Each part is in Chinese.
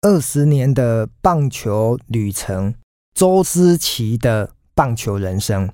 二十年的棒球旅程，周思齐的棒球人生。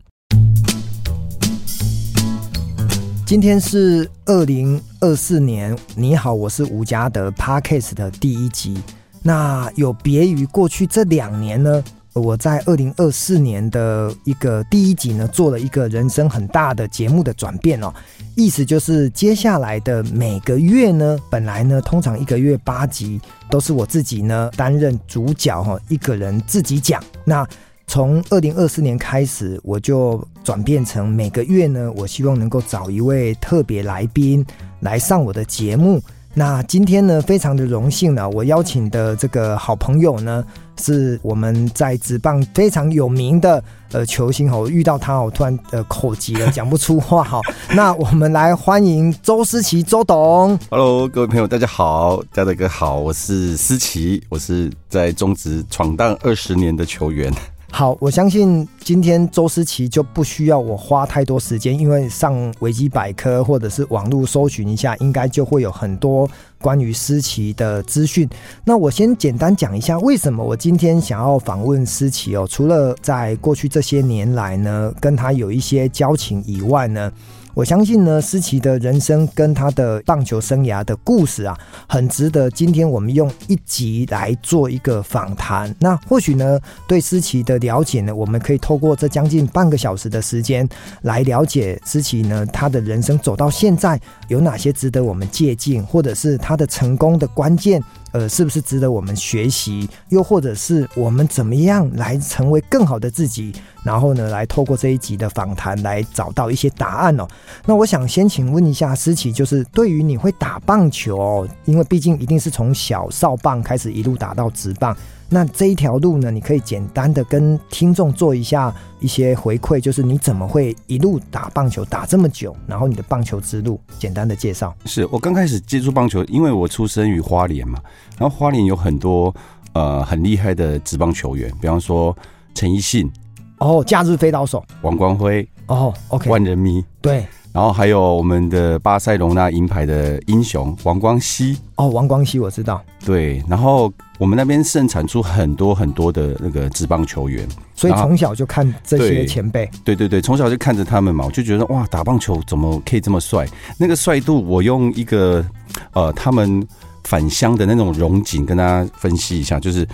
今天是二零二四年，你好，我是吴家德 Podcast 的第一集。那有别于过去这两年呢，我在二零二四年的一个第一集呢，做了一个人生很大的节目的转变哦。意思就是，接下来的每个月呢，本来呢，通常一个月八集都是我自己呢担任主角哈、哦，一个人自己讲。那从二零二四年开始，我就转变成每个月呢，我希望能够找一位特别来宾来上我的节目。那今天呢，非常的荣幸呢，我邀请的这个好朋友呢，是我们在职棒非常有名的呃球星哦。我遇到他哦，我突然呃口急了，讲不出话哈、那我们来欢迎周思齐周董。 Hello，各位朋友，大家好，嘉德哥好，我是思琪，我是在中职闯荡二十年的球员。好，我相信今天周思琪就不需要我花太多时间，因为上维基百科或者是网络搜寻一下，应该就会有很多关于思琪的资讯。那我先简单讲一下，为什么我今天想要访问思琪哦？除了在过去这些年来呢，跟他有一些交情以外呢。我相信呢，思琪的人生跟他的棒球生涯的故事啊，很值得今天我们用一集来做一个访谈。那或许呢，对思琪的了解呢，我们可以透过这将近半个小时的时间来了解思琪呢，他的人生走到现在有哪些值得我们借鉴，或者是他的成功的关键。呃，是不是值得我们学习？又或者是我们怎么样来成为更好的自己？然后呢，来透过这一集的访谈来找到一些答案哦。那我想先请问一下思琪，就是对于你会打棒球哦，因为毕竟一定是从小少棒开始一路打到职棒，那这一条路呢，你可以简单的跟听众做一下一些回馈，就是你怎么会一路打棒球打这么久，然后你的棒球之路简单的介绍。 是我刚开始接触棒球，因为我出生于花莲嘛，然后花莲有很多呃很厉害的职棒球员，比方说陈奕信、哦，假日飞刀手王光辉、哦，OK，万人迷，对，然后还有我们的巴塞隆纳银牌的英雄王光熙，哦，王光熙我知道。对，然后我们那边盛产出很多很多的那个职棒球员。所以然后从小就看这些对前辈，对对对，从小就看着他们嘛，我就觉得哇，打棒球怎么可以这么帅？那个帅度，我用一个呃，他们返乡的那种荣景跟大家分析一下，就是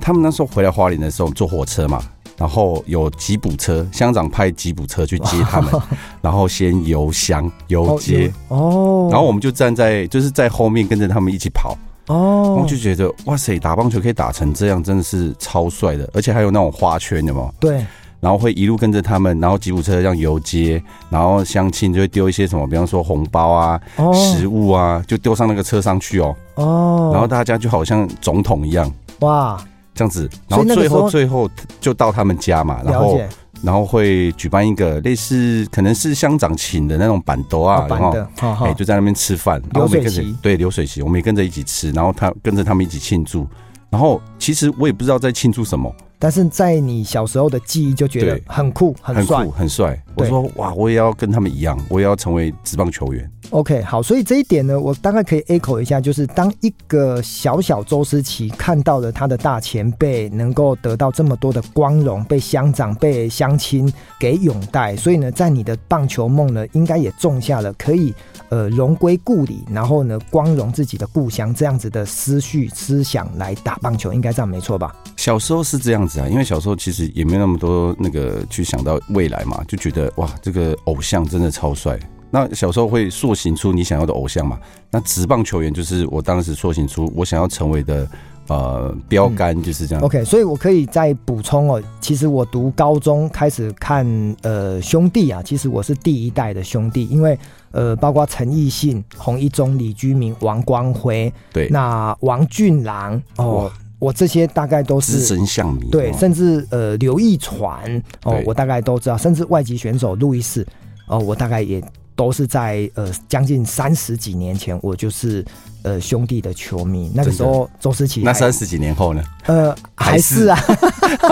他们那时候回来花莲的时候坐火车嘛，然后有吉普车，乡长派吉普车去接他 们，然后先游乡游街，哦，然后我们就站在就是在后面跟着他们一起跑，然后哦就，觉得哇塞，打棒球可以打成这样，真的是超帅的，而且还有那种花圈的嘛。对，然后会一路跟着他们，然后吉普车这样游街，然后相亲就会丢一些什么，比方说红包啊、哦，食物啊，就丢上那个车上去哦。哦，然后大家就好像总统一样哇，这样子，所以然后那个最时候后最后就到他们家嘛，然了后解，然后会举办一个类似可能是乡长请的那种板凳啊，版然后哦的，好哎、好，就在那边吃饭，然后我们也跟着流水席对流水席，我们也跟着一起吃，然后他跟着他们一起庆祝。然后其实我也不知道在庆祝什么，但是在你小时候的记忆就觉得对很酷，很很帅酷，。很帅。我对说哇，我也要跟他们一样，我也要成为职棒球员。 OK，好，所以这一点呢，我大概可以 echo 一下，就是当一个小小周思齐看到了他的大前辈能够得到这么多的光荣，被乡长、被乡亲给拥戴，所以呢，在你的棒球梦呢，应该也种下了可以呃荣归故里，然后呢光荣自己的故乡这样子的思绪思想来打棒球，应该这样没错吧？小时候是这样子啊，因为小时候其实也没有那么多那个去想到未来嘛，就觉得哇，这个偶像真的超帅。那小时候会塑形出你想要的偶像嘛？那职棒球员就是我当时塑形出我想要成为的呃标嗯杆，就是这样。 OK，所以我可以再补充哦。其实我读高中开始看呃兄弟啊，其实我是第一代的兄弟，因为呃包括陈奕迅、洪一中、李居明、王光辉，对，那王俊郎哦哇，我这些大概都资是。深像迷。对，哦甚至呃刘奕传哦对，我大概都知道，甚至外籍选手路易斯哦，我大概也都是在呃将近三十几年前，我就是呃兄弟的球迷。那个真的时候周思齐那还三十几年后呢？呃，还是啊，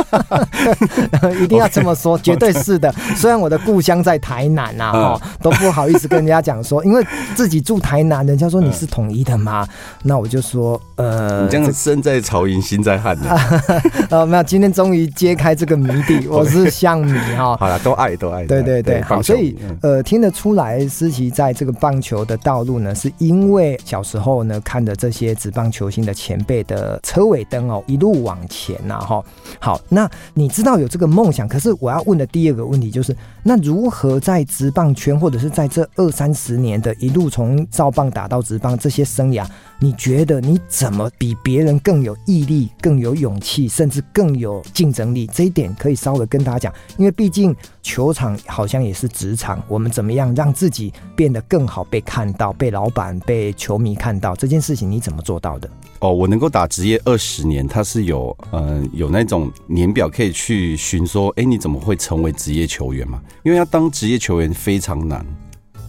一定要这么说，绝对是的。虽然我的故乡在台南呐、啊，嗯哦，都不好意思跟人家讲说，因为自己住台南，人家说你是统一的吗？那我就说，呃嗯你，这样身在曹营心 在汉呢。呃，没有，今天终于揭开这个谜底，我是象迷哈。好了，都爱都爱。对对对，好，棒所球以嗯呃，听得出来，思琪在这个棒球的道路呢，是因为小时候呢看着这些职棒球星的前辈的车尾灯哦，一路往前呐、哈。好，那你知道有这个梦想，可是我要问的第二个问题就是，那如何在职棒圈或者是在这二三十年的一路从造棒打到职棒这些生涯，你觉得你怎么比别人更有毅力、更有勇气，甚至更有竞争力？这一点可以稍微跟大家讲，因为毕竟球场好像也是职场，我们怎么样让自己变得更好，被看到、被老板、被球迷看到这件事情，你怎么做到的？哦，我能够打职业二十年，它是有呃有那种年表可以去寻说，哎、你怎么会成为职业球员嘛？因为要当职业球员非常难，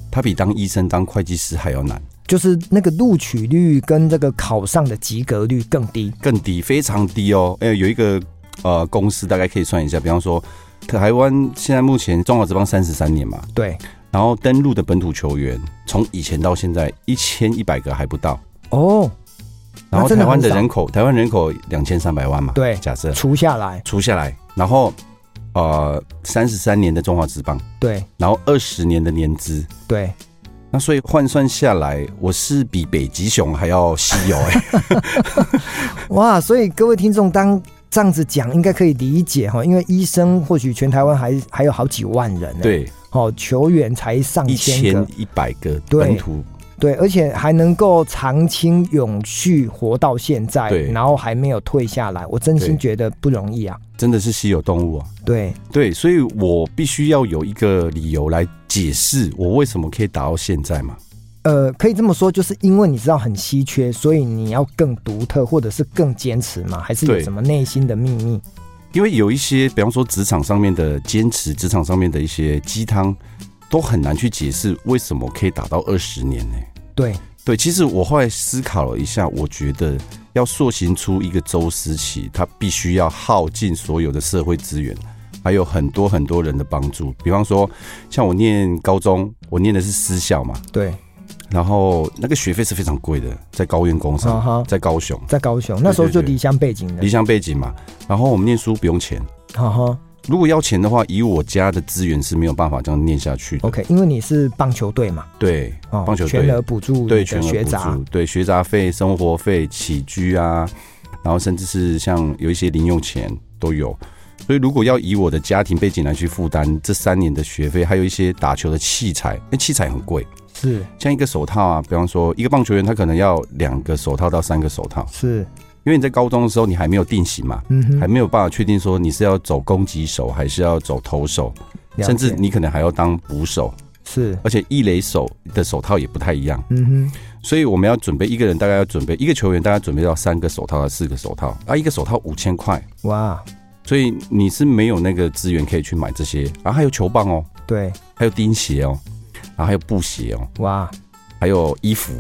它比当医生、当会计师还要难，就是那个录取率跟这个考上的及格率更低。更低，非常低哦。哎、有一个呃公司大概可以算一下，比方说台湾现在目前中华职棒三十三年嘛，对，然后登陆的本土球员从以前到现在一千一百个还不到，哦，那然后真台的湾的很少人口，台湾人口两千三百万嘛，对假设除下来，除下来，然后呃三十三年的中华职棒，对然后二十年的年资，对，那所以换算下来，我是比北极熊还要稀有哎、 哇！所以各位听众，当这样子讲，应该可以理解哈，因为医生或许全台湾还还有好几万人呢，，对，哦，球员才上一千千个，一百个对本土，对，而且还能够长青永续活到现在，对然后还没有退下来，我真心对觉得不容易啊。真的是稀有动物啊。对，对，所以我必须要有一个理由来解释我为什么可以打到现在嘛。呃，可以这么说，就是因为你知道很稀缺，所以你要更独特，或者是更坚持嘛，还是有对什么内心的秘密？因为有一些，比方说职场上面的坚持，职场上面的一些鸡汤，都很难去解释为什么可以打到二十年呢、对，对，其实我后来思考了一下，我觉得要塑形出一个周思齐，他必须要耗尽所有的社会资源，还有很多很多人的帮助。比方说，像我念高中，我念的是私校嘛，对，然后那个学费是非常贵的，在高院工啊商，哈，在高雄，在高雄那时候就嗯对对对离乡背景的离，乡背景嘛。然后我们念书不用钱，哈哈如果要钱的话，以我家的资源是没有办法这样念下去的。 ，OK，因为你是棒球队嘛，对，哦，棒球队全额补助你对，的全额学补杂助，对学杂费、生活费、起居啊，然后甚至是像有一些零用钱都有。所以如果要以我的家庭背景来去负担这三年的学费，还有一些打球的器材，因为器材很贵，是像一个手套啊，比方说一个棒球员他可能要两个手套到三个手套，是，因为你在高中的时候你还没有定型嘛，嗯哼，还没有办法确定说你是要走攻击手还是要走投手，了甚至解你可能还要当捕手，是，而且一垒手的手套也不太一样。嗯哼，所以我们要准备一个人大概要准备一个球员大概准备到三个手套到四个手套啊，一个手套五千块，哇，所以你是没有那个资源可以去买这些啊，还有球棒哦，对，还有钉鞋哦，然后还有布鞋哦，哇，还有衣服，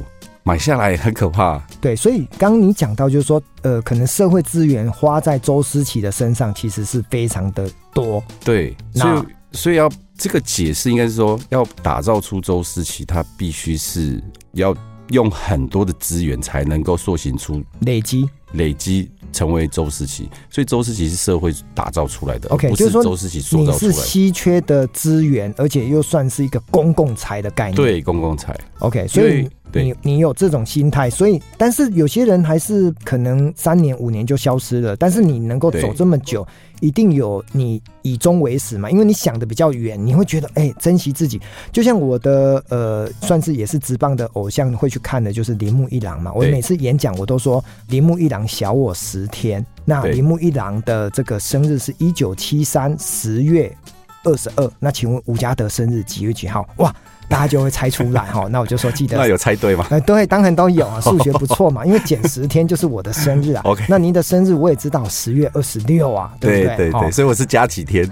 买下来很可怕。对，所以刚刚你讲到，就是说，呃，可能社会资源花在周思齐的身上，其实是非常的多。对，所那以所以要这个解释应该是说，要打造出周思齐，他必须是要用很多的资源才能够塑形出累积累积成为周思齐，所以周思齐是社会打造出来的 OK，而不就是是说周思齐塑你造出是来的。稀缺的资源，而且又算是一个公共财的概念。对，公共财， ，OK，所以对你你有这种心态，所以但是有些人还是可能三年五年就消失了，但是你能够对走这么久，一定有你以终为始嘛，因为你想的比较远，你会觉得哎、珍惜自己。就像我的呃，算是也是职棒的偶像会去看的，就是铃木一郎嘛。我对每次演讲我都说铃木一郎小我十天，那对铃木一郎的这个生日是一九七三十月二十二，那请问吴家德生日几月几号？哇！大家就会猜出来哈，那我就说记得那有猜对吗？呃，对，当然都有啊，数学不错嘛，因为减十天就是我的生日啊。 OK 那您的生日我也知道，十月二十六啊，对不对对，哦所以我是加几天，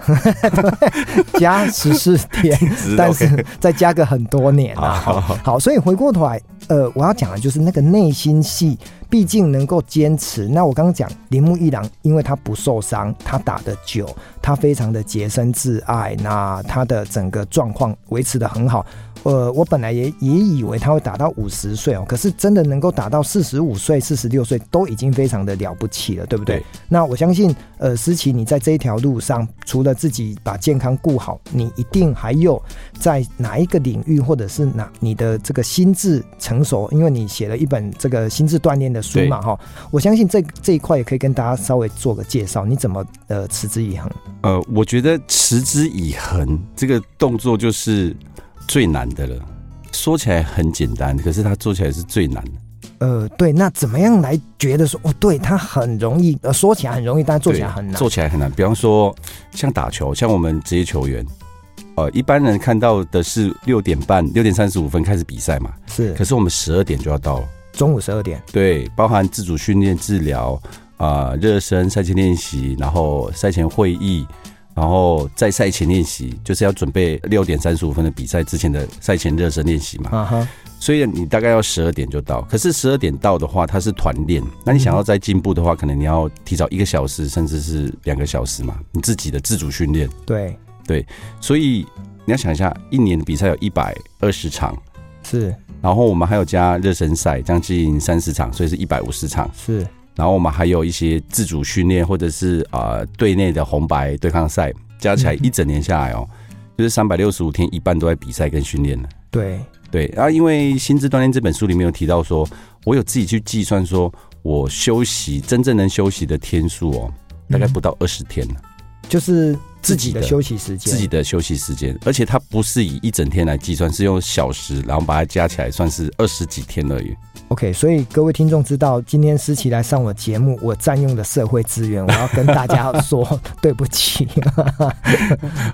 加十四天，只但 OK 是再加个很多年啊。好好好好，所以回过头来，呃，我要讲的就是那个内心戏，毕竟能够坚持。那我刚刚讲铃木一郎，因为他不受伤，他打的久，他非常的洁身自爱，那他的整个状况维持的很好。呃，我本来也也以为他会打到五十岁哦，可是真的能够打到四十五岁、四十六岁，都已经非常的了不起了，对不对？对那我相信，呃，思琪你在这一条路上，除了自己把健康顾好，你一定还有在哪一个领域，或者是哪你的这个心智成熟，因为你写了一本这个心智锻炼的书嘛，哈，我相信这这一块也可以跟大家稍微做个介绍，你怎么呃持之以恒？呃，我觉得持之以恒这个动作就是最难的了。说起来很简单，可是它做起来是最难的。呃，对，那怎么样来觉得说，哦，对，它很容易，呃，说起来很容易，但做起来对很难。做起来很难。比方说，像打球，像我们职业球员，呃，一般人看到的是六点半、六点三十五分开始比赛嘛，是可是我们十二点就要到了。中午十二点，对，包含自主训练、治疗啊、呃热身、赛前练习，然后赛前会议，然后在赛前练习，就是要准备六点三十五分的比赛之前的赛前热身练习嘛。啊哈，所以你大概要十二点就到，可是十二点到的话，它是团练，那你想要再进步的话，可能你要提早一个小时，甚至是两个小时嘛，你自己的自主训练。对，所以你要想一下，一年的比赛有一百二十场，是然后我们还有加热身赛，将近三十场，所以是一百五十场。是，然后我们还有一些自主训练，或者是啊、呃队内的红白对抗赛，加起来一整年下来哦，就是三百六十五天，一半都在比赛跟训练了。对，对，啊，因为《心智锻炼》这本书里面有提到说，我有自己去计算说，我休息真正能休息的天数哦，嗯大概不到二十天了，就是自自己己的的休息时间，自己的休息时间，而且它不是以一整天来计算，是用小时，然后把它加起来，算是二十几天而已。 OK，所以各位听众知道，今天思琪来上我节目，我占用的社会资源，我要跟大家说 对不起。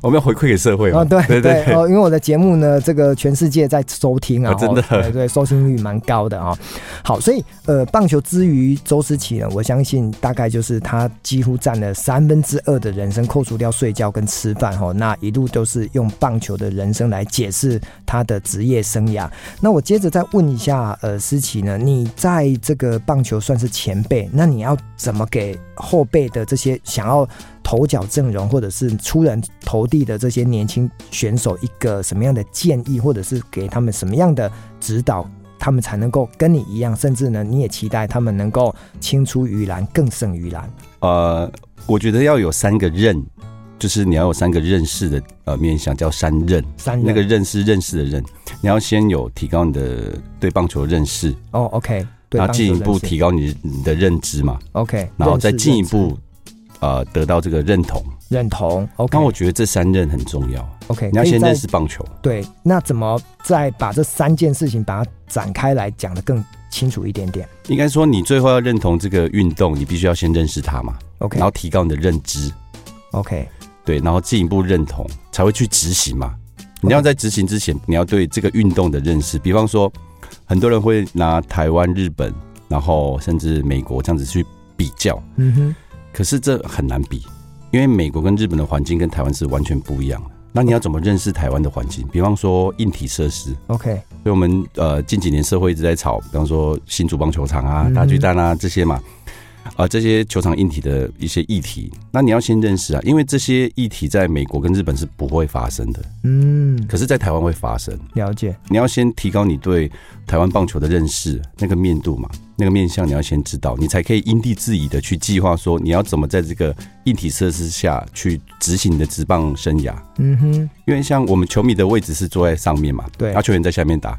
我们要回馈给社会嘛？哦，对对对哦，因为我的节目呢，这个全世界在收听啊，啊真的哦对对，收听率蛮高的啊、好，所以呃，棒球之于周思琪呢，我相信大概就是他几乎占了三分之二的人生，扣除掉睡觉跟吃饭哦，那一路都是用棒球的人生来解释他的职业生涯。那我接着再问一下，呃，思琪呢，你在这个棒球算是前辈，那你要怎么给后辈的这些想要头角阵容或者是出人头地的这些年轻选手一个什么样的建议，或者是给他们什么样的指导，他们才能够跟你一样，甚至呢，你也期待他们能够青出于蓝，更胜于蓝。呃，我觉得要有三个认，就是你要有三个认识的呃面向，叫三认。三人那个认是认识的认，你要先有提高你的对棒球的认识，哦，OK，对，然后进一棒步球人士提高你你的认知嘛， OK，然后认识再进一步呃得到这个认同。认同 OK，那我觉得这三认很重要， OK，你要可以先再认识棒球。对，那怎么再把这三件事情把它展开来讲的更清楚一点点应该说，你最后要认同这个运动，你必须要先认识它嘛， ？OK 然后提高你的认知， OK 对，然后进一步认同才会去执行嘛。你要在执行之前，你要对这个运动的认识，比方说，很多人会拿台湾、日本，然后甚至美国这样子去比较，嗯哼可是这很难比，因为美国跟日本的环境跟台湾是完全不一样的。那你要怎么认识台湾的环境？比方说硬体设施， OK 所以我们呃近几年社会一直在吵，比方说新竹棒球场啊嗯、大巨蛋啊这些嘛，啊、这些球场硬体的一些议题，那你要先认识啊，因为这些议题在美国跟日本是不会发生的，嗯，可是在台湾会发生。了解你要先提高你对台湾棒球的认识，那个面度嘛，那个面向你要先知道，你才可以因地制宜的去计划说你要怎么在这个硬体设施下去执行你的职棒生涯。嗯哼因为像我们球迷的位置是坐在上面嘛，对那、球员在下面打，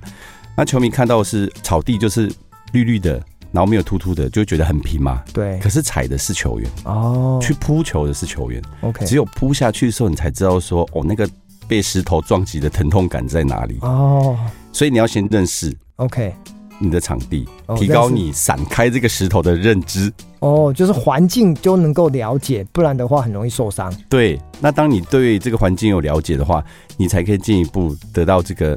那球迷看到的是草地就是绿绿的，然后没有突突的，就觉得很平嘛。对可是踩的是球员，哦去扑球的是球员， OK 只有扑下去的时候，你才知道说哦，那个被石头撞击的疼痛感在哪里。哦所以你要先认识 OK 你的场地，哦提认高识你闪开这个石头的认知。哦，就是环境就能够了解，不然的话很容易受伤。对，那当你对这个环境有了解的话，你才可以进一步得到这个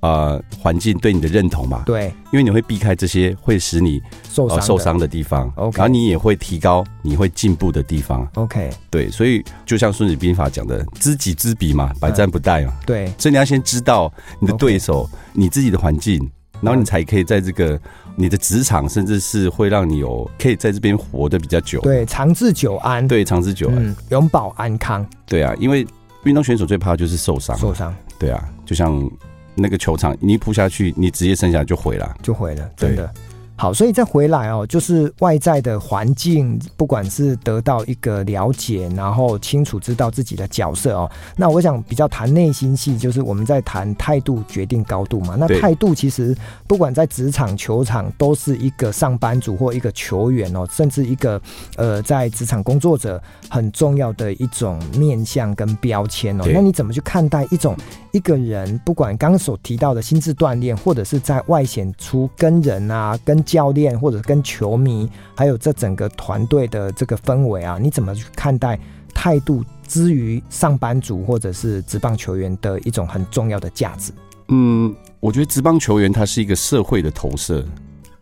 呃环境对你的认同嘛。对，因为你会避开这些会使你受伤、呃受。伤的地方 OK 然后你也会提高你会进步的地方。 OK，对，所以就像《孙子兵法》讲的“知己嗯知彼嘛，百战不殆嘛”对所以你要先知道你的 OK 嗯对手你自己的环境，然后你才可以在这个你的职场，甚至是会让你有可以在这边活得比较久，对，长治久安，对，长治久安，嗯，永保安康，对啊，因为运动选手最怕的就是受伤，受伤对啊，就像那个球场，你一扑下去，你职业生涯就毁了，就毁了，真的。好，所以再回来哦，就是外在的环境，不管是得到一个了解，然后清楚知道自己的角色哦。那我想比较谈内心戏，就是我们在谈态度决定高度嘛。那对态度其实不管在职场、球场，都是一个上班族或一个球员哦，甚至一个呃在职场工作者很重要的一种面向跟标签哦。对那你怎么去看待一种一个人，不管刚刚所提到的心智锻炼，或者是在外显出跟人啊、跟教练或者跟球迷，还有这整个团队的这个氛围啊，你怎么去看待态度之于上班族或者是职棒球员的一种很重要的价值？嗯，我觉得职棒球员他是一个社会的投射，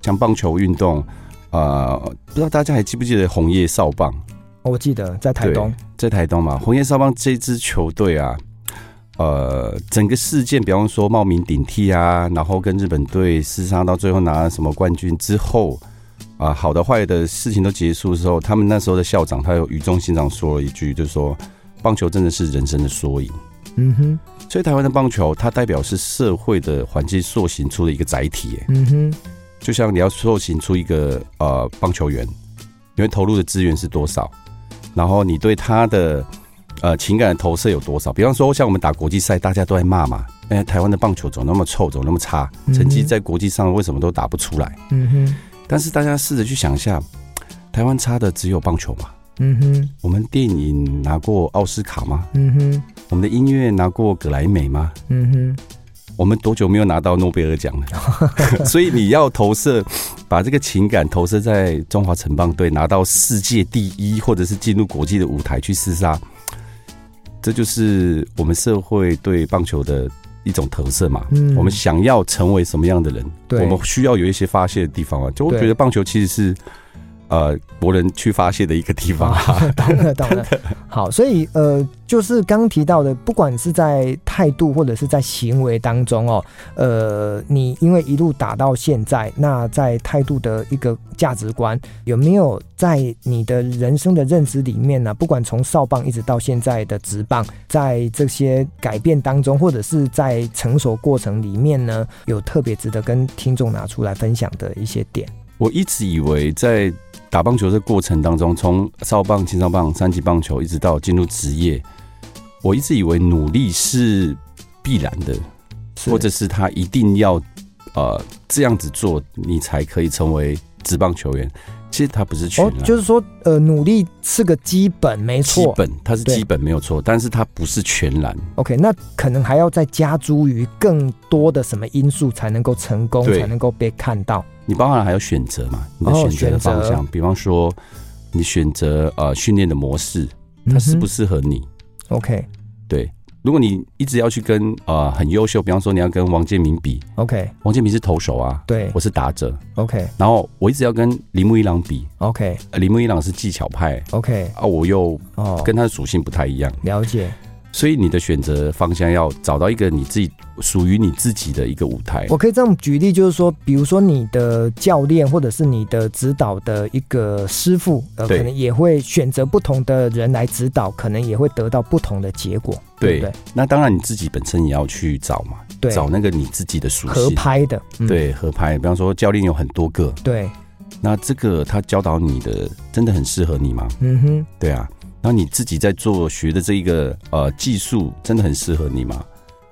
像棒球运动，呃，不知道大家还记不记得红叶少棒我记得在台东，在台东嘛？红叶少棒这支球队啊，呃，整个事件，比方说冒名顶替啊，然后跟日本队厮杀到最后拿什么冠军之后。啊，好的坏的事情都结束的时候，他们那时候的校长，他有语重心长说了一句，就是说，棒球真的是人生的缩影。嗯哼，所以台湾的棒球，它代表是社会的环境塑形出的一个载体。哎嗯哼，就像你要塑形出一个呃棒球员，你会投入的资源是多少，然后你对他的呃情感的投射有多少？比方说，像我们打国际赛，大家都在骂嘛，哎、台湾的棒球怎么那么臭，怎么那么差，嗯成绩在国际上为什么都打不出来？嗯哼，但是大家试着去想一下，台湾差的只有棒球吗？嗯哼，我们电影拿过奥斯卡吗？嗯哼，我们的音乐拿过格莱美吗？嗯哼，我们多久没有拿到诺贝尔奖了？ 所以你要投射，把这个情感投射在中华城棒队拿到世界第一，或者是进入国际的舞台去厮杀，这就是我们社会对棒球的一种投射嘛。嗯我们想要成为什么样的人，对我们需要有一些发泄的地方啊。就我对觉得棒球其实是呃国人去发泄的一个地 方啊。啊，懂了懂了。好，所以呃，就是刚提到的，不管是在态度或者是在行为当中哦，呃，你因为一路打到现在，那在态度的一个价值观，有没有在你的人生的认知里面呢、不管从少棒一直到现在的职棒，在这些改变当中，或者是在成熟过程里面呢，有特别值得跟听众拿出来分享的一些点？我一直以为在打棒球的过程当中，从少棒、青少棒、三级棒球一直到进入职业，我一直以为努力是必然的，是或者是他一定要呃这样子做，你才可以成为职棒球员。其实他不是全哦然，，就是说，呃，努力是个基本，没基错。本，他是对基本没有错，但是他不是全然。 OK，那可能还要再加诸于更多的什么因素才能够成功，对才能够被看到。你包含还有选择嘛？你的哦选择选择的方向，比方说你选择呃训练的模式，它适不是、适合你？ OK 对，如果你一直要去跟呃很优秀，比方说你要跟王建民比， OK 王建民是投手啊，对我是打者， OK 然后我一直要跟铃木一朗比， OK 呃铃木一朗是技巧派 OK 啊，我又哦，跟他的属性不太一样，了解。所以你的选择方向要找到一个你自己属于你自己的一个舞台。我可以这样举例，就是说，比如说你的教练或者是你的指导的一个师傅，呃，对可能也会选择不同的人来指导，可能也会得到不同的结果，对不对对？那当然你自己本身也要去找嘛，对，找那个你自己的属合性。拍的，嗯、对合拍，比方说教练有很多个，对，那这个他教导你的真的很适合你吗？嗯哼，对啊，然后你自己在做学的这一个呃技术，真的很适合你吗？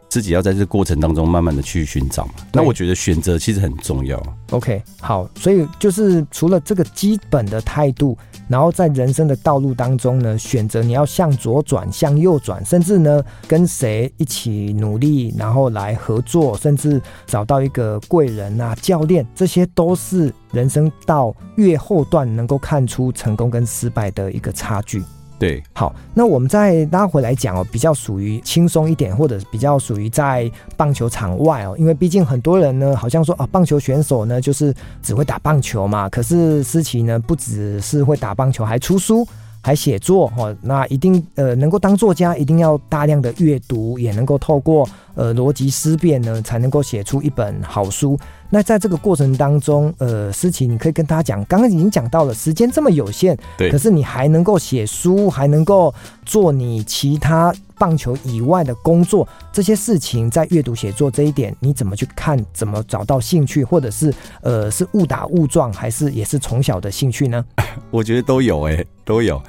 自己要在这过程当中慢慢的去寻找嘛。那我觉得选择其实很重要。 OK，好，所以就是除了这个基本的态度，然后在人生的道路当中呢，选择你要向左转、向右转，甚至呢跟谁一起努力，然后来合作，甚至找到一个贵人啊、教练，这些都是人生到越后段能够看出成功跟失败的一个差距。对，好，那我们再拉回来讲哦，比较属于轻松一点，或者比较属于在棒球场外哦，因为毕竟很多人呢，好像说啊，棒球选手呢就是只会打棒球嘛，可是思琪呢不只是会打棒球，还出书。还写作哦，那一定呃能够当作家，一定要大量的阅读，也能够透过呃逻辑思辨呢，才能够写出一本好书。那在这个过程当中，呃，思琪，你可以跟大家讲，刚刚已经讲到了，时间这么有限，对可是你还能够写书，还能够做你其他棒球以外的工作，这些事情在阅读写作这一点，你怎么去看？怎么找到兴趣，或者是呃，是误打误撞，还是也是从小的兴趣呢？我觉得都有哎、都有。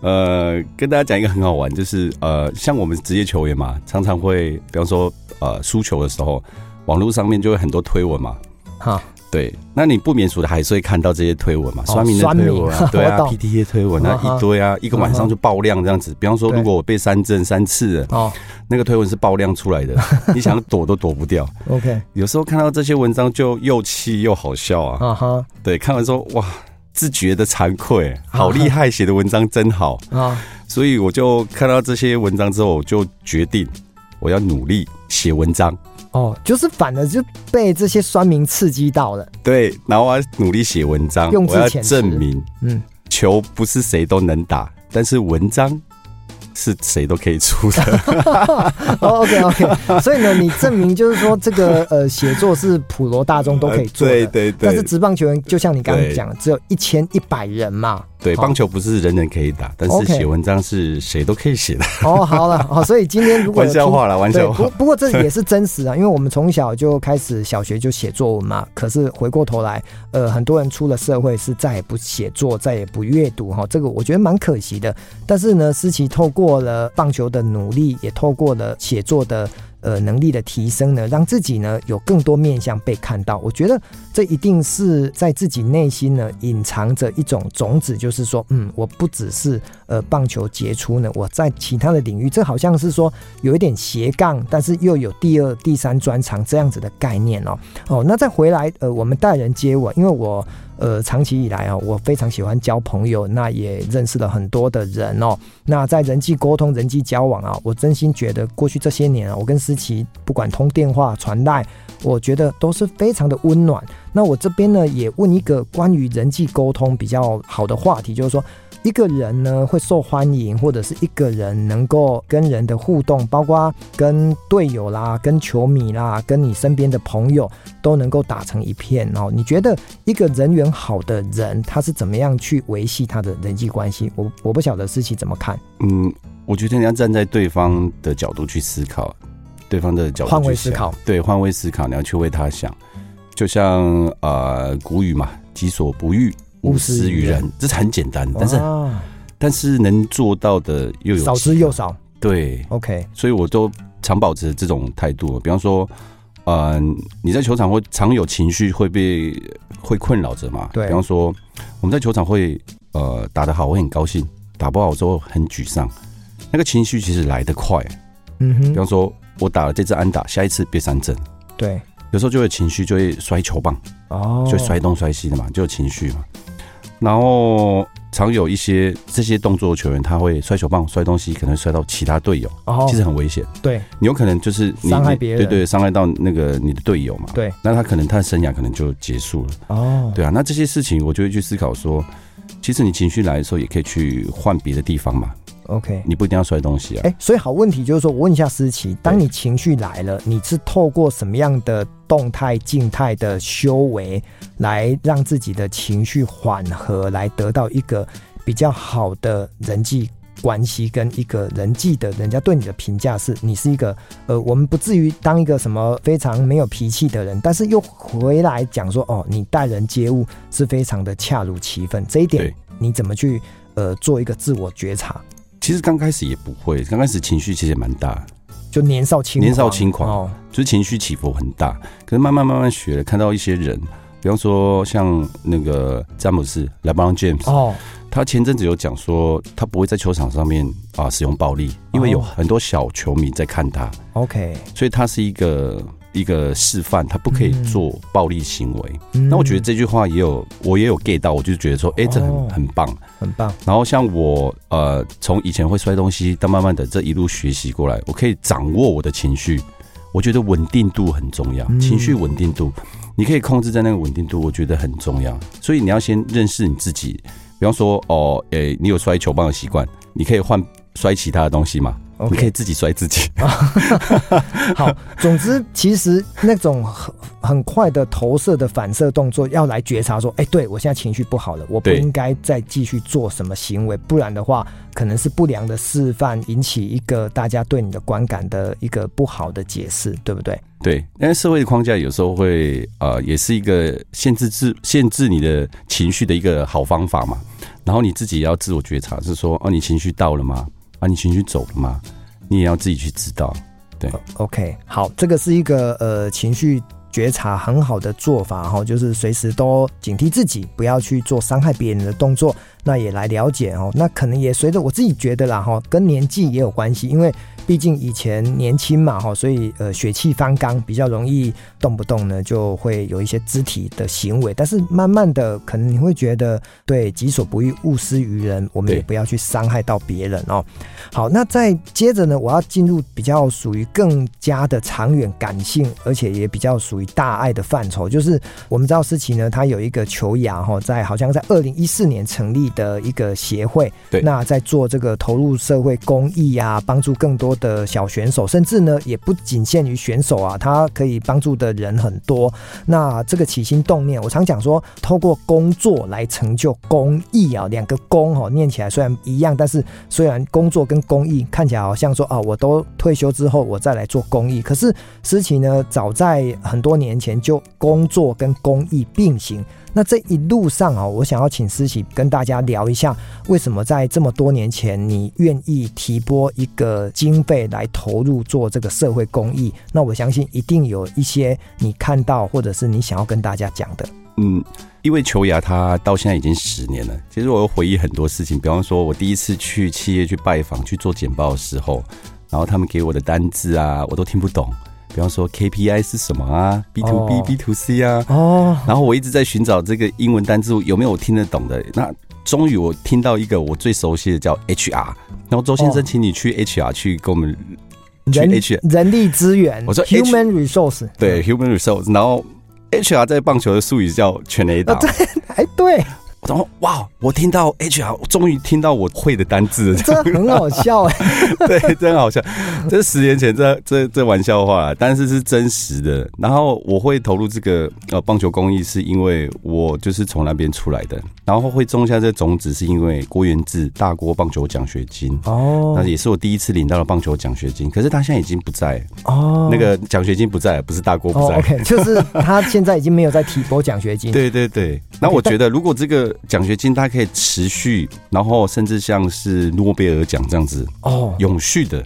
呃，跟大家讲一个很好玩，就是呃，像我们职业球员嘛，常常会，比方说呃输球的时候，网络上面就会很多推文嘛。哈，对，那你不免俗的还是会看到这些推文嘛，哦酸民的推文酸啊 民，对啊我懂，PTA 推文嗯哼啊，一堆啊，一个晚上就爆量这样子。比方说，对如果我被三振三次了，哦那个推文是爆量出 来的，你想躲都躲不掉。 ，OK，有时候看到这些文章就又气又好笑啊，啊哈，对，看完说哇，自觉的惭愧，好厉害，写的文章真好。啊，所以我就看到这些文章之后，我就决定我要努力写文章，哦，就是反而就被这些酸民刺激到了，对，然后我要努力写文章，用字我要遣词证明嗯，球不是谁都能打，但是文章是谁都可以出的。哦，OK OK，所以呢，你证明就是说这个呃写作是普罗大众都可以做的， 呃对对但是对，职棒球员就像你刚刚对讲，只有一千一百人嘛，对，棒球不是人人可以打，但是 OK 写文章是谁都可以写的。哦，好了，好，所以今天如果玩有笑听话啦，玩对，笑话不。不过这也是真实啊，因为我们从小就开始小学就写作文嘛。可是回过头来，呃，很多人出了社会是再也不写作，再也不阅读哈、这个我觉得蛮可惜的。但是呢，思琪透过了棒球的努力，也透过了写作的。呃，能力的提升呢，让自己呢有更多面向被看到。我觉得这一定是在自己内心呢隐藏着一种种子，就是说，嗯，我不只是呃棒球杰出呢，我在其他的领域，这好像是说有一点斜杠，但是又有第二、第三专长这样子的概念哦。哦，那再回来，呃，我们待人接物啊，因为我呃长期以来啊、哦，我非常喜欢交朋友，那也认识了很多的人哦。那在人际沟通、人际交往啊，我真心觉得过去这些年啊，我跟思琪不管通电话、传赖，我觉得都是非常的温暖。那我这边呢，也问一个关于人际沟通比较好的话题，就是说。一个人呢会受欢迎，或者是一个人能够跟人的互动，包括跟队友啦、跟球迷啦、跟你身边的朋友，都能够打成一片哦。你觉得一个人缘好的人，他是怎么样去维系他的人际关系？我我不晓得思琪怎么看，嗯，我觉得你要站在对方的角度去思考，对方的角度去换位想思，考。对，换位思考，你要去为他想。就像呃古语嘛，“己所不欲，勿勿施施于于人人”，这是很简单，但是哇但是能做到的又有少几之又个少。对， OK，所以我都常保持这种态度。比方说，呃，你在球场会常有情绪会被会困扰着嘛？对比方说，我们在球场会呃打得好，我会很高兴；打不好之后很沮丧。那个情绪其实来得快。嗯比哼方，说，我打了这次安打，下一次别三振，对，有时候就会情绪就会摔球棒，哦，就摔东摔西的嘛，就有情绪嘛。然后常有一些这些动作的球员，他会摔球棒、摔东西，可能会摔到其他队友，哦，其实很危险。对，你有可能就是你伤害别人对对，伤害到那个你的队友嘛。对，那他可能他的生涯可能就结束了。哦，对啊，那这些事情我就会去思考说，其实你情绪来的时候，也可以去换别的地方嘛， ，OK。你不一定要摔东西啊。哎、所以好问题就是说，我问一下思琪，当你情绪来了，你是透过什么样的动态、静态的修为来让自己的情绪缓和，来得到一个比较好的人际关系跟一个人际的人家对你的评价是，你是一个呃，我们不至于当一个什么非常没有脾气的人，但是又回来讲说，哦，你待人接物是非常的恰如其分，这一点对你怎么去呃做一个自我觉察？其实刚开始也不会，刚开始情绪其实也蛮大的，就年少轻年少轻狂哦，就是情绪起伏很大。可是慢慢慢慢学了，看到一些人，比方说像那个詹姆斯 （LeBron James），、哦，他前阵子有讲说，他不会在球场上面啊、使用暴力，因为有哦很多小球迷在看他。 OK，所以他是一个一个示范，他不可以做暴力行为。嗯那我觉得这句话也有我也有 get 到，我就觉得说，哎、这哦很很棒。很棒，然后像我呃，从以前会摔东西，到慢慢的这一路学习过来，我可以掌握我的情绪。我觉得稳定度很重要嗯，情绪稳定度，你可以控制在那个稳定度，我觉得很重要。所以你要先认识你自己，比方说哦，诶、你有摔球棒的习惯，你可以换摔其他的东西嘛你可 OK，以自己摔自己。好，总之其实那种很很快的投射的反射动作，要来觉察说，哎、对我现在情绪不好了，我不对应该再继续做什么行为，不然的话，可能是不良的示范，引起一个大家对你的观感的一个不好的解释，对不对？对，但是社会的框架有时候会呃，也是一个限制自限制你的情绪的一个好方法嘛。然后你自己也要自我觉察，是说哦，你情绪到了吗？啊，你情绪走了吗？你也要自己去知道。 OK，好，这个是一个呃情绪觉察很好的做法哈、就是随时都警惕自己，不要去做伤害别人的动作。那也来了解哦，那可能也随着我自己觉得啦哈、跟年纪也有关系，因为毕竟以前年轻嘛哈、所以呃血气方刚，比较容易动不动呢就会有一些肢体的行为。但是慢慢的，可能你会觉得对己所不欲，勿施于人，我们也对不要去伤害到别人哦。好，那再接着呢，我要进入比较属于更加的长远感性，而且也比较属于大爱的范畴。就是我们知道思琪呢，她有一个球牙哈，在好像在二零一四年成立的一个协会，对那在做这个投入社会公益啊，帮助更多的小选手，甚至呢也不仅限于选手啊，他可以帮助的人很多。那这个起心动念，我常讲说，透过工作来成就公益啊，两个公哦，念起来虽然一样，但是虽然工作跟公益看起来好像说啊，我都退休之后我再来做公益，可是思琪呢，早在很多年前就工作跟公益并行。那这一路上啊，我想要请思琪跟大家聊一下，为什么在这么多年前，你愿意提拨一个经费来投入做这个社会公益？那我相信一定有一些你看到或者是你想要跟大家讲的。嗯，因为球牙它到现在已经十年了，其实我又回忆很多事情，比方说我第一次去企业去拜访去做简报的时候，然后他们给我的单字啊，我都听不懂。比方说 KPI 是什么啊，B to 哦 B、B to C 啊，哦，然后我一直在寻找这个英文单字有没有我听得懂的。那终于我听到一个我最熟悉的叫 HR，然后周先哦生，请你去 HR 去跟我们人 H 人力资源，我说 H- human resource，对，human resource，然后 HR 在棒球的术语叫全 A 啊打。对，哎对，然后哇，我听到 HR，我终于听到我会的单 字了，这很好笑哎， 对，真好笑。这十年前这这这玩笑话啦，但是是真实的。然后我会投入这个呃棒球公益，是因为我就是从那边出来的，然后会种下这种子，是因为郭元志大郭棒球奖学金。哦那也是我第一次领到了棒球奖学金，可是他现在已经不在，哦那个奖学金不在，不是大郭不哦在。 ，OK，就是他现在已经没有在提拨奖学金，对对对，那我觉得如果这个奖学金它可以持续，然后甚至像是诺贝尔奖这样子哦永续的，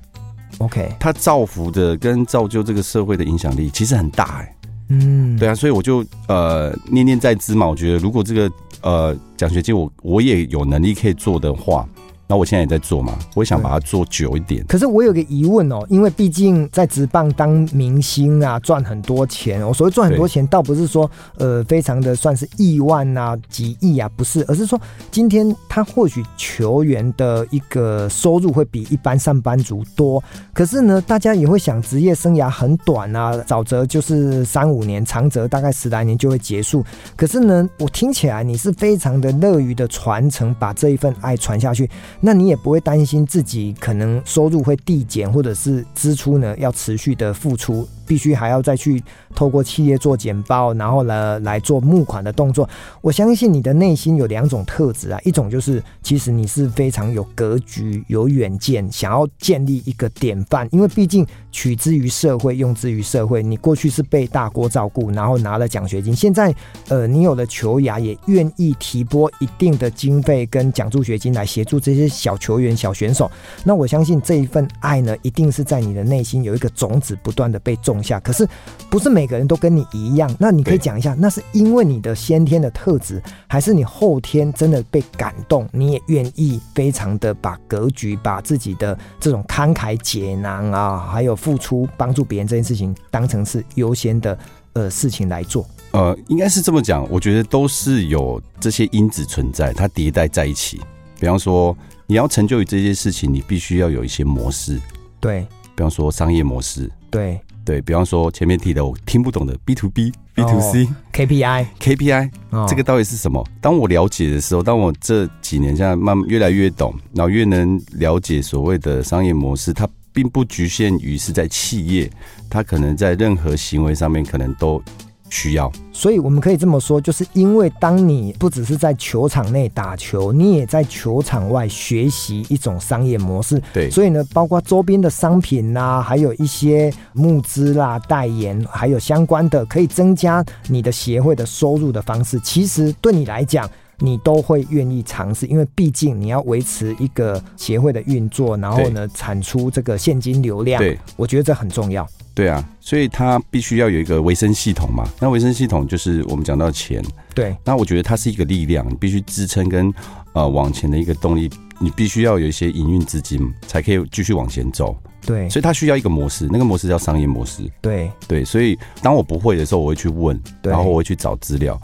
，OK，它造福的跟造就这个社会的影响力其实很大哎、嗯，对啊，所以我就呃念念在兹嘛，我觉得如果这个呃奖学金我我也有能力可以做的话，那我现在也在做嘛，我也想把它做久一点。可是我有个疑问哦，因为毕竟在职棒当明星啊，赚很多钱。哦我所谓赚很多钱，倒不是说呃非常的算是亿万啊、几亿啊，不是，而是说今天他或许球员的一个收入会比一般上班族多，可是呢，大家也会想职业生涯很短啊，早则就是三五年，长则大概十来年就会结束。可是呢，我听起来你是非常的乐于的传承，把这一份爱传下去。那你也不会担心自己可能收入会递减，或者是支出呢要持续的付出，必须还要再去透过企业做简报，然后呢来做募款的动作。我相信你的内心有两种特质啊，一种就是其实你是非常有格局、有远见，想要建立一个典范，因为毕竟取之于社会，用之于社会。你过去是被大锅照顾，然后拿了奖学金，现在呃，你有了球牙，也愿意提拨一定的经费跟奖助学金来协助这些小球员、小选手。那我相信这一份爱呢，一定是在你的内心有一个种子不断的被种下。可是不是每个人都跟你一样。那你可以对讲一下，那是因为你的先天的特质，还是你后天真的被感动，你也愿意非常的把格局、把自己的这种慷慨解囊啊，还有付出帮助别人这件事情，当成是优先的呃事情来做。呃，应该是这么讲，我觉得都是有这些因子存在，它迭代在一起。比方说，你要成就于这些事情，你必须要有一些模式，对比方说商业模式、对。对比方说前面提的我听不懂的 B to B、B to C、 KPI， KPI 哦这个到底是什么？当我了解的时候，当我这几年下来慢慢越来越懂，然后越能了解所谓的商业模式，它并不局限于是在企业，它可能在任何行为上面可能都需要。所以我们可以这么说，就是因为当你不只是在球场内打球，你也在球场外学习一种商业模式。对所以呢，包括周边的商品啦、还有一些募资啦、代言，还有相关的可以增加你的协会的收入的方式，其实对你来讲。你都会愿意尝试，因为毕竟你要维持一个协会的运作，然后呢产出这个现金流量，对我觉得这很重要。对啊，所以它必须要有一个维生系统嘛。那维生系统就是我们讲到钱，对，那我觉得它是一个力量，你必须支撑跟呃往前的一个动力，你必须要有一些营运资金才可以继续往前走。对，所以它需要一个模式，那个模式叫商业模式。对，对，所以当我不会的时候，我会去问，对然后我会去找资料。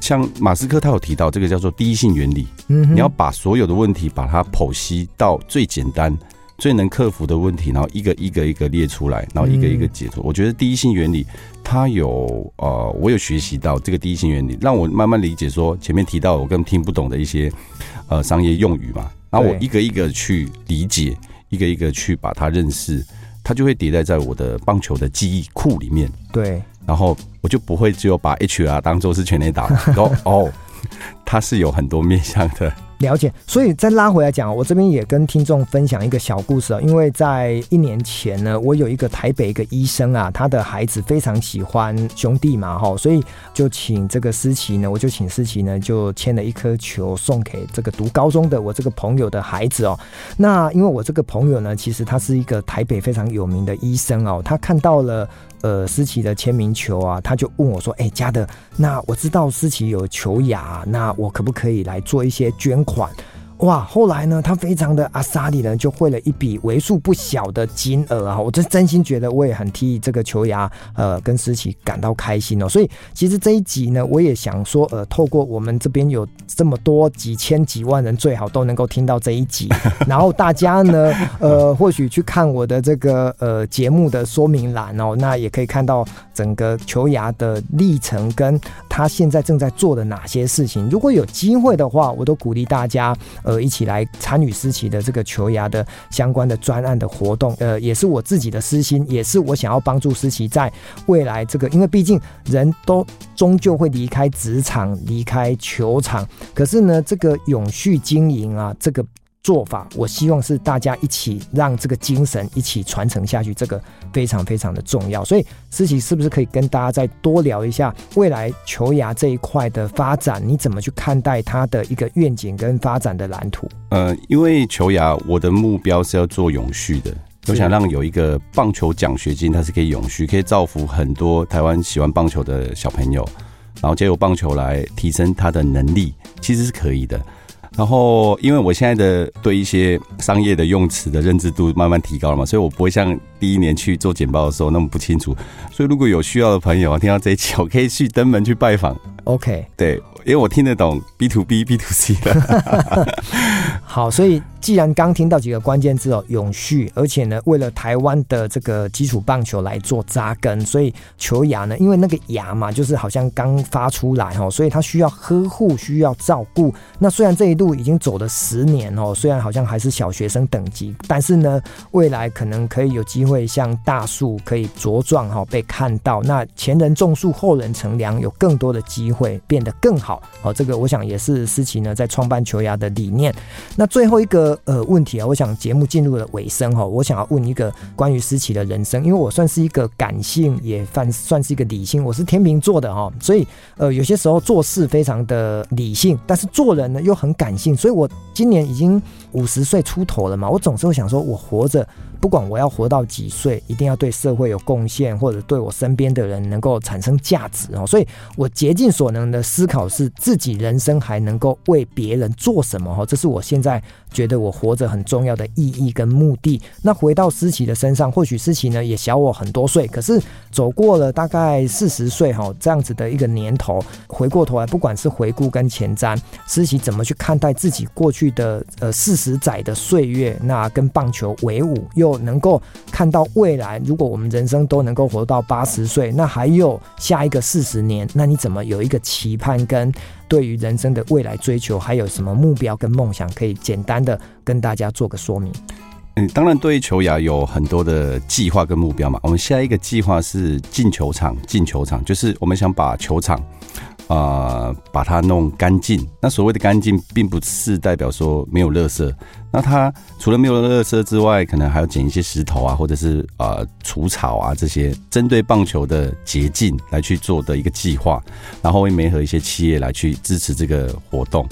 像马斯克他有提到这个叫做第一性原理，嗯哼，你要把所有的问题把它剖析到最简单、最能克服的问题，然后一个一个一个列出来，然后一个嗯一个解脱。我觉得第一性原理它有呃，我有学习到这个第一性原理，让我慢慢理解说前面提到我根本听不懂的一些呃商业用语嘛，然后我对一个一个去理解，一个一个去把它认识，它就会迭代在我的棒球的记忆库里面。对，然后我就不会只有把 HR 当做是全垒打，然后哦，它是有很多面向的，了解，所以再拉回来讲，我这边也跟听众分享一个小故事啊，因为在一年前呢，我有一个台北一个医生啊，他的孩子非常喜欢兄弟嘛哈，所以就请这个思琪呢，我就请思琪呢就签了一颗球送给这个读高中的我这个朋友的孩子哦。那因为我这个朋友呢，其实他是一个台北非常有名的医生哦，他看到了呃思琪的签名球啊，他就问我说：“哎、嘉德，那我知道思琪有球牙，那我可不可以来做一些捐款？哇，后来呢，他非常的阿萨里呢，就汇了一笔为数不小的金额啊！我真真心觉得我也很替这个球牙呃跟思琪感到开心哦。所以其实这一集呢，我也想说，呃，透过我们这边有这么多几千几万人，最好都能够听到这一集，然后大家呢，呃，或许去看我的这个呃节目的说明栏哦，那也可以看到整个球牙的历程跟他现在正在做的哪些事情。如果有机会的话，我都鼓励大家呃一起来参与思琪的这个球牙的相关的专案的活动，呃，也是我自己的私心，也是我想要帮助思琪在未来这个，因为毕竟人都终究会离开职场、离开球场，可是呢，这个永续经营啊，这个。做法，我希望是大家一起让这个精神一起传承下去，这个非常非常的重要。所以思琪是不是可以跟大家再多聊一下未来球牙这一块的发展？你怎么去看待它的一个愿景跟发展的蓝图？呃，因为球牙，我的目标是要做永续的。我想让有一个棒球奖学金，它是可以永续，可以造福很多台湾喜欢棒球的小朋友，然后借由棒球来提升他的能力，其实是可以的。然后，因为我现在的对一些商业的用词的认知度慢慢提高了嘛，所以我不会像第一年去做简报的时候那么不清楚。所以，如果有需要的朋友啊，听到这一期，我可以去登门去拜访。 OK，对，因为我听得懂 B to B、B to C 的。好，所以既然刚听到几个关键字哦，永续，而且呢，为了台湾的这个基础棒球来做扎根，所以球芽呢，因为那个芽嘛，就是好像刚发出来哦，所以它需要呵护，需要照顾。那虽然这一路已经走了十年哦，虽然好像还是小学生等级，但是呢，未来可能可以有机会像大树可以茁壮哈、哦、被看到。那前人种树，后人乘凉，有更多的机会变得更好哦。这个我想也是思琪呢在创办球芽的理念。那最后一个呃问题啊，我想节目进入了尾声哈、哦，我想要问一个关于思琪的人生，因为我算是一个感性，也算算是一个理性，我是天秤座的哈、哦，所以呃有些时候做事非常的理性，但是做人呢又很感性，所以我今年已经五十岁出头了嘛，我总是会想说，我活着，不管我要活到几岁，一定要对社会有贡献，或者对我身边的人能够产生价值哦，所以我竭尽所能的思考是自己人生还能够为别人做什么哦哈，这是我现在觉得我活着很重要的意义跟目的。那回到思琪的身上，或许思琪呢也小我很多岁，可是走过了大概四十岁哈这样子的一个年头，回过头来，不管是回顾跟前瞻，思琪怎么去看待自己过去的呃四十十载的岁月，那跟棒球为伍，又能够看到未来，如果我们人生都能够活到八十岁，那还有下一个四十年，那你怎么有一个期盼跟对于人生的未来追求，还有什么目标跟梦想，可以简单的跟大家做个说明？嗯，当然对球雅有很多的计划跟目标嘛。我们下一个计划是进球场，进球场就是我们想把球场啊、呃把它弄干净。那所谓的干净，并不是代表说没有垃圾。那它除了没有垃圾之外，可能还要捡一些石头啊，或者是呃除草啊这些针对棒球的捷径来去做的一个计划，然后会媒合一些企业来去支持这个活动。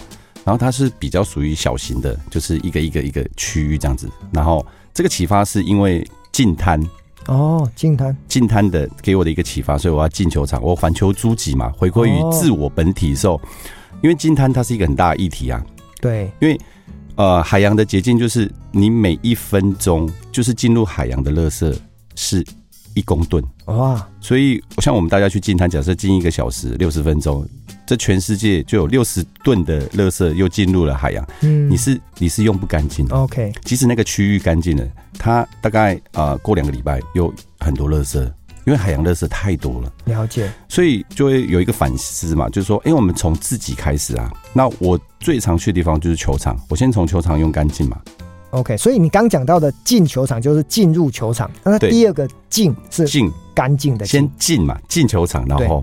然后它是比较属于小型的，就是一个一个一个区域这样子。然后这个启发是因为近滩哦，静谈近滩的给我的一个启发，所以我要进球场，我环球诸己嘛，回归于自我本体的时候，因为近滩它是一个很大的议题啊。对，呃，海洋的捷径就是你每一分钟就是进入海洋的垃圾是一公吨，哇，所以像我们大家去进滩，假设进一个小时六十分钟，这全世界就有六十吨的垃圾又进入了海洋，嗯，你是你是用不干净的。 OK，即使那个区域干净了，它大概啊过两个礼拜有很多垃圾，因为海洋垃圾太多了，了解，所以就会有一个反思嘛，就是说，哎、我们从自己开始啊。那我最常去的地方就是球场，我先从球场用干净嘛。 OK，所以你刚讲到的进球场就是进入球场，那对第二个进是进干净的先净，进嘛，进球场，然后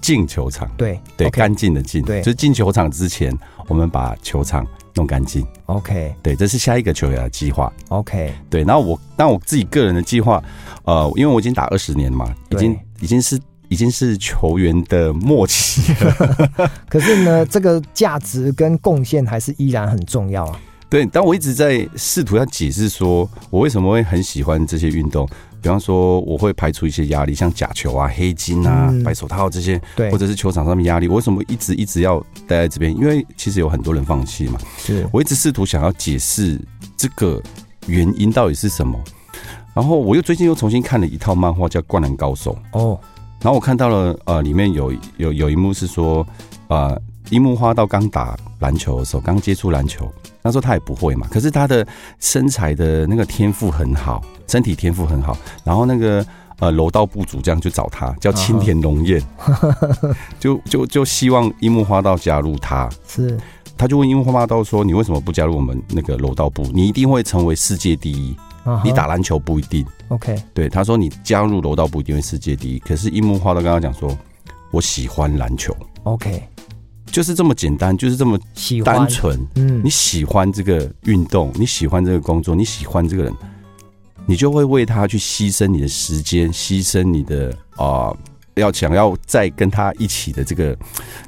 进球场，对对， ，OK 干净的进，对就是进球场之前，我们把球场弄干净， OK 对，这是下一个球员的计划。 OK，对，然后我，但我自己个人的计划，呃，因为我已经打二十年了嘛，已对经已经是已经是球员的末期 了。可是呢，这个价值跟贡献还是依然很重要啊。对，但我一直在试图要解释说，我为什么会很喜欢这些运动。比方说，我会排除一些压力，像假球啊、黑金啊、嗯白手套这些，对，或者是球场上面压力。我为什么一直一直要待在这边？因为其实有很多人放弃嘛。是我一直试图想要解释这个原因到底是什么。然后我又最近又重新看了一套漫画，叫《灌篮高手》。哦，然后我看到了，呃，里面有有有一幕是说，呃，樱木花道刚打篮球的时候，刚接触篮球，那时候他也不会嘛，可是他的身材的那个天赋很好，身体天赋很好，然后那个呃柔道部主这样就找他，叫青田龙彦，就就就希望樱木花道加入他，是他就问樱木花道说，你为什么不加入我们那个柔道部？你一定会成为世界第一，啊哈你打篮球不一定。 OK，对，他说你加入柔道部一定会世界第一。可是樱木花道跟他讲说，我喜欢篮球， OK，就是这么简单，就是这么喜欢单，纯。嗯你，喜欢这个运动，你喜欢这个工作，你喜欢这个人，你就会为他去牺牲你的时间，牺牲你的啊、要想要再跟他一起的这个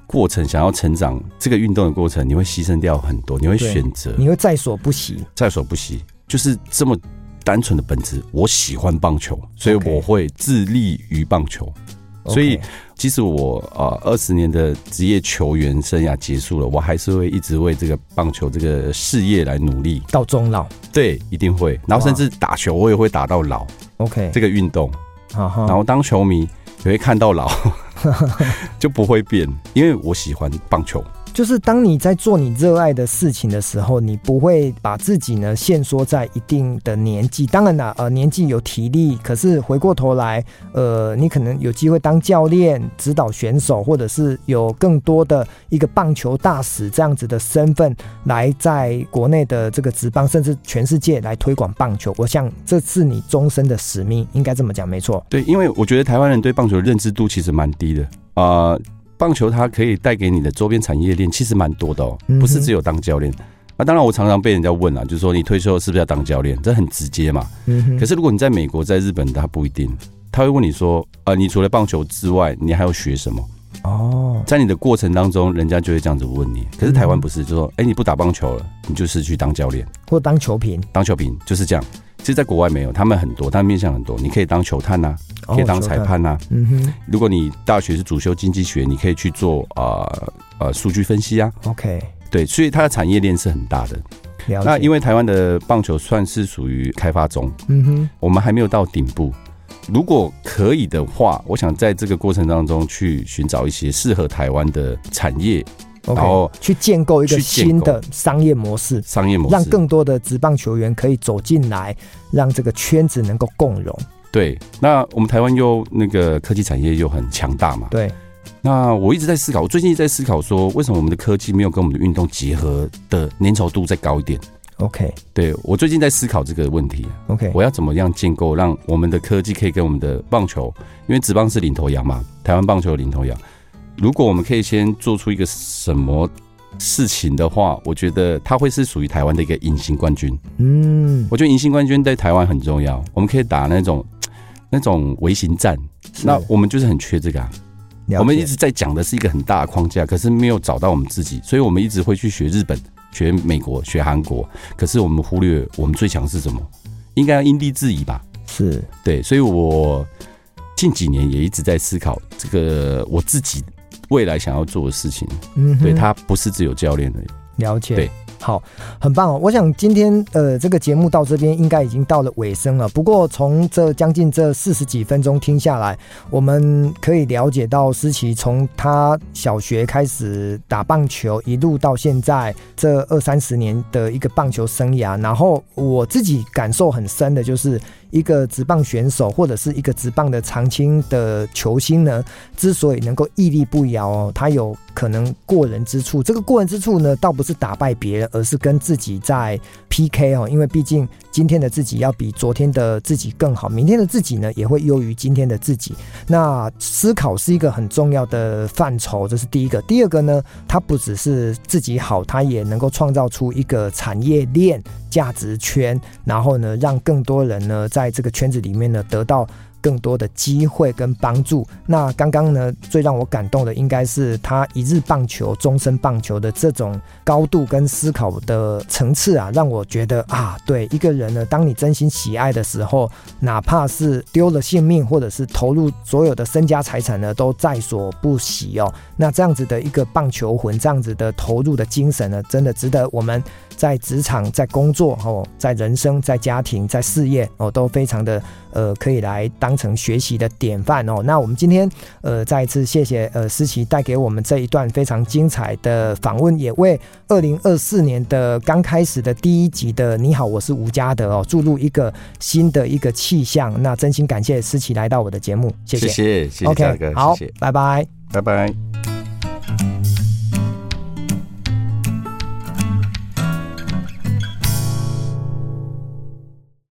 过程，想要成长这个运动的过程，你会牺牲掉很多，你会对选择你会在所不惜。在所不惜，就是这么单纯的本质。我喜欢棒球，所以 OK 我会致力于棒球。所以 OK，即使我呃二十年的职业球员生涯结束了，我还是会一直为这个棒球这个事业来努力。到终老对，一定会。然哇后甚至打球，我也会打到老 OK，这个运动。啊哈然后当球迷也会看到老， 就不会变，因为我喜欢棒球。就是当你在做你热爱的事情的时候，你不会把自己呢限缩在一定的年纪。当然啦，呃，年纪有体力，可是回过头来，呃，你可能有机会当教练、指导选手，或者是有更多的一个棒球大使这样子的身份，来在国内的这个职棒，甚至全世界来推广棒球。我想这是你终身的使命，应该这么讲没错。对，因为我觉得台湾人对棒球的认知度其实蛮低的啊、呃棒球它可以带给你的周边产业链其实蛮多的哦嗯哼，不是只有当教练。那、当然，我常常被人家问啦，就是说你退休是不是要当教练？这很直接嘛。嗯哼可是如果你在美国、在日本，他不一定，他会问你说，呃，你除了棒球之外，你还要学什么？哦，在你的过程当中，人家就会这样子问你。可是嗯台湾不是，就说，哎、你不打棒球了，你就是去当教练、或当球评，当球评，就是这样。其实，在国外没有，他们很多，他们面向很多，你可以当球探呐、哦可以当裁，球探判呐、啊嗯哼如果你大学是主修经济学，你可以去做呃呃数据分析啊， ，OK，对，所以它的产业链是很大的。了解。那因为，为台湾的棒球算是属于开发中，嗯哼。我们还没有到顶部。如果可以的话，我想在这个过程当中去寻找一些适合台湾的产业，OK，然后去建构一个去建新构的商业模式，商业模式，让更多的职棒球员可以走进来，让这个圈子能够共融。对。那我们台湾又那个科技产业又很强大嘛，对，那我一直在思考，我最近一直在思考说，为什么我们的科技没有跟我们的运动结合的粘稠度再高一点？ OK 对我最近在思考这个问题，啊 OK，我要怎么样建构让我们的科技可以跟我们的棒球，因为职棒是领头羊嘛，台湾棒球的领头羊。如果我们可以先做出一个什么事情的话，我觉得它会是属于台湾的一个隐形冠军。嗯，我觉得银星冠军在台湾很重要，我们可以打那种那种微型战。是那我们就是很缺这个、啊，了解我们一直在讲的是一个很大的框架，可是没有找到我们自己，所以我们一直会去学日本、学美国、学韩国，可是我们忽略我们最强是什么，应该要因地制宜吧？是对，所以我近几年也一直在思考这个我自己未来想要做的事情。嗯哼，对，它不是只有教练而已。了解，对，好，很棒哦。我想今天呃，这个节目到这边应该已经到了尾声了。不过从这将近这四十几分钟听下来，我们可以了解到思琪从他小学开始打棒球，一路到现在这二三十年的一个棒球生涯。然后我自己感受很深的就是。一个职棒选手或者是一个职棒的长青的球星呢，之所以能够屹立不摇哦，他有可能过人之处。这个过人之处呢，倒不是打败别人，而是跟自己在 PK 哦。因为毕竟今天的自己要比昨天的自己更好，明天的自己呢也会优于今天的自己。那思考是一个很重要的范畴，这是第一个。第二个呢，它不只是自己好，它也能够创造出一个产业链价值圈，然后呢，让更多人呢在这个圈子里面呢得到更多的机会跟帮助。那刚刚呢，最让我感动的应该是他一日棒球、终身棒球的这种高度跟思考的层次啊，让我觉得啊，对一个人呢，当你真心喜爱的时候，哪怕是丢了性命，或者是投入所有的身家财产呢，都在所不惜哦。那这样子的一个棒球魂，这样子的投入的精神呢，真的值得我们在职场、在工作哦，在人生、在家庭、在事业哦，都非常的呃，可以来当成学习的典范哦。那我们今天呃，再一次谢谢呃思琪带给我们这一段非常精彩的访问，也为二零二四年的刚开始的第一集的你好，我是吴家德哦，注入一个新的一个气象。那真心感谢思琪来到我的节目，谢谢。谢谢，谢 OK，好，拜拜。拜拜。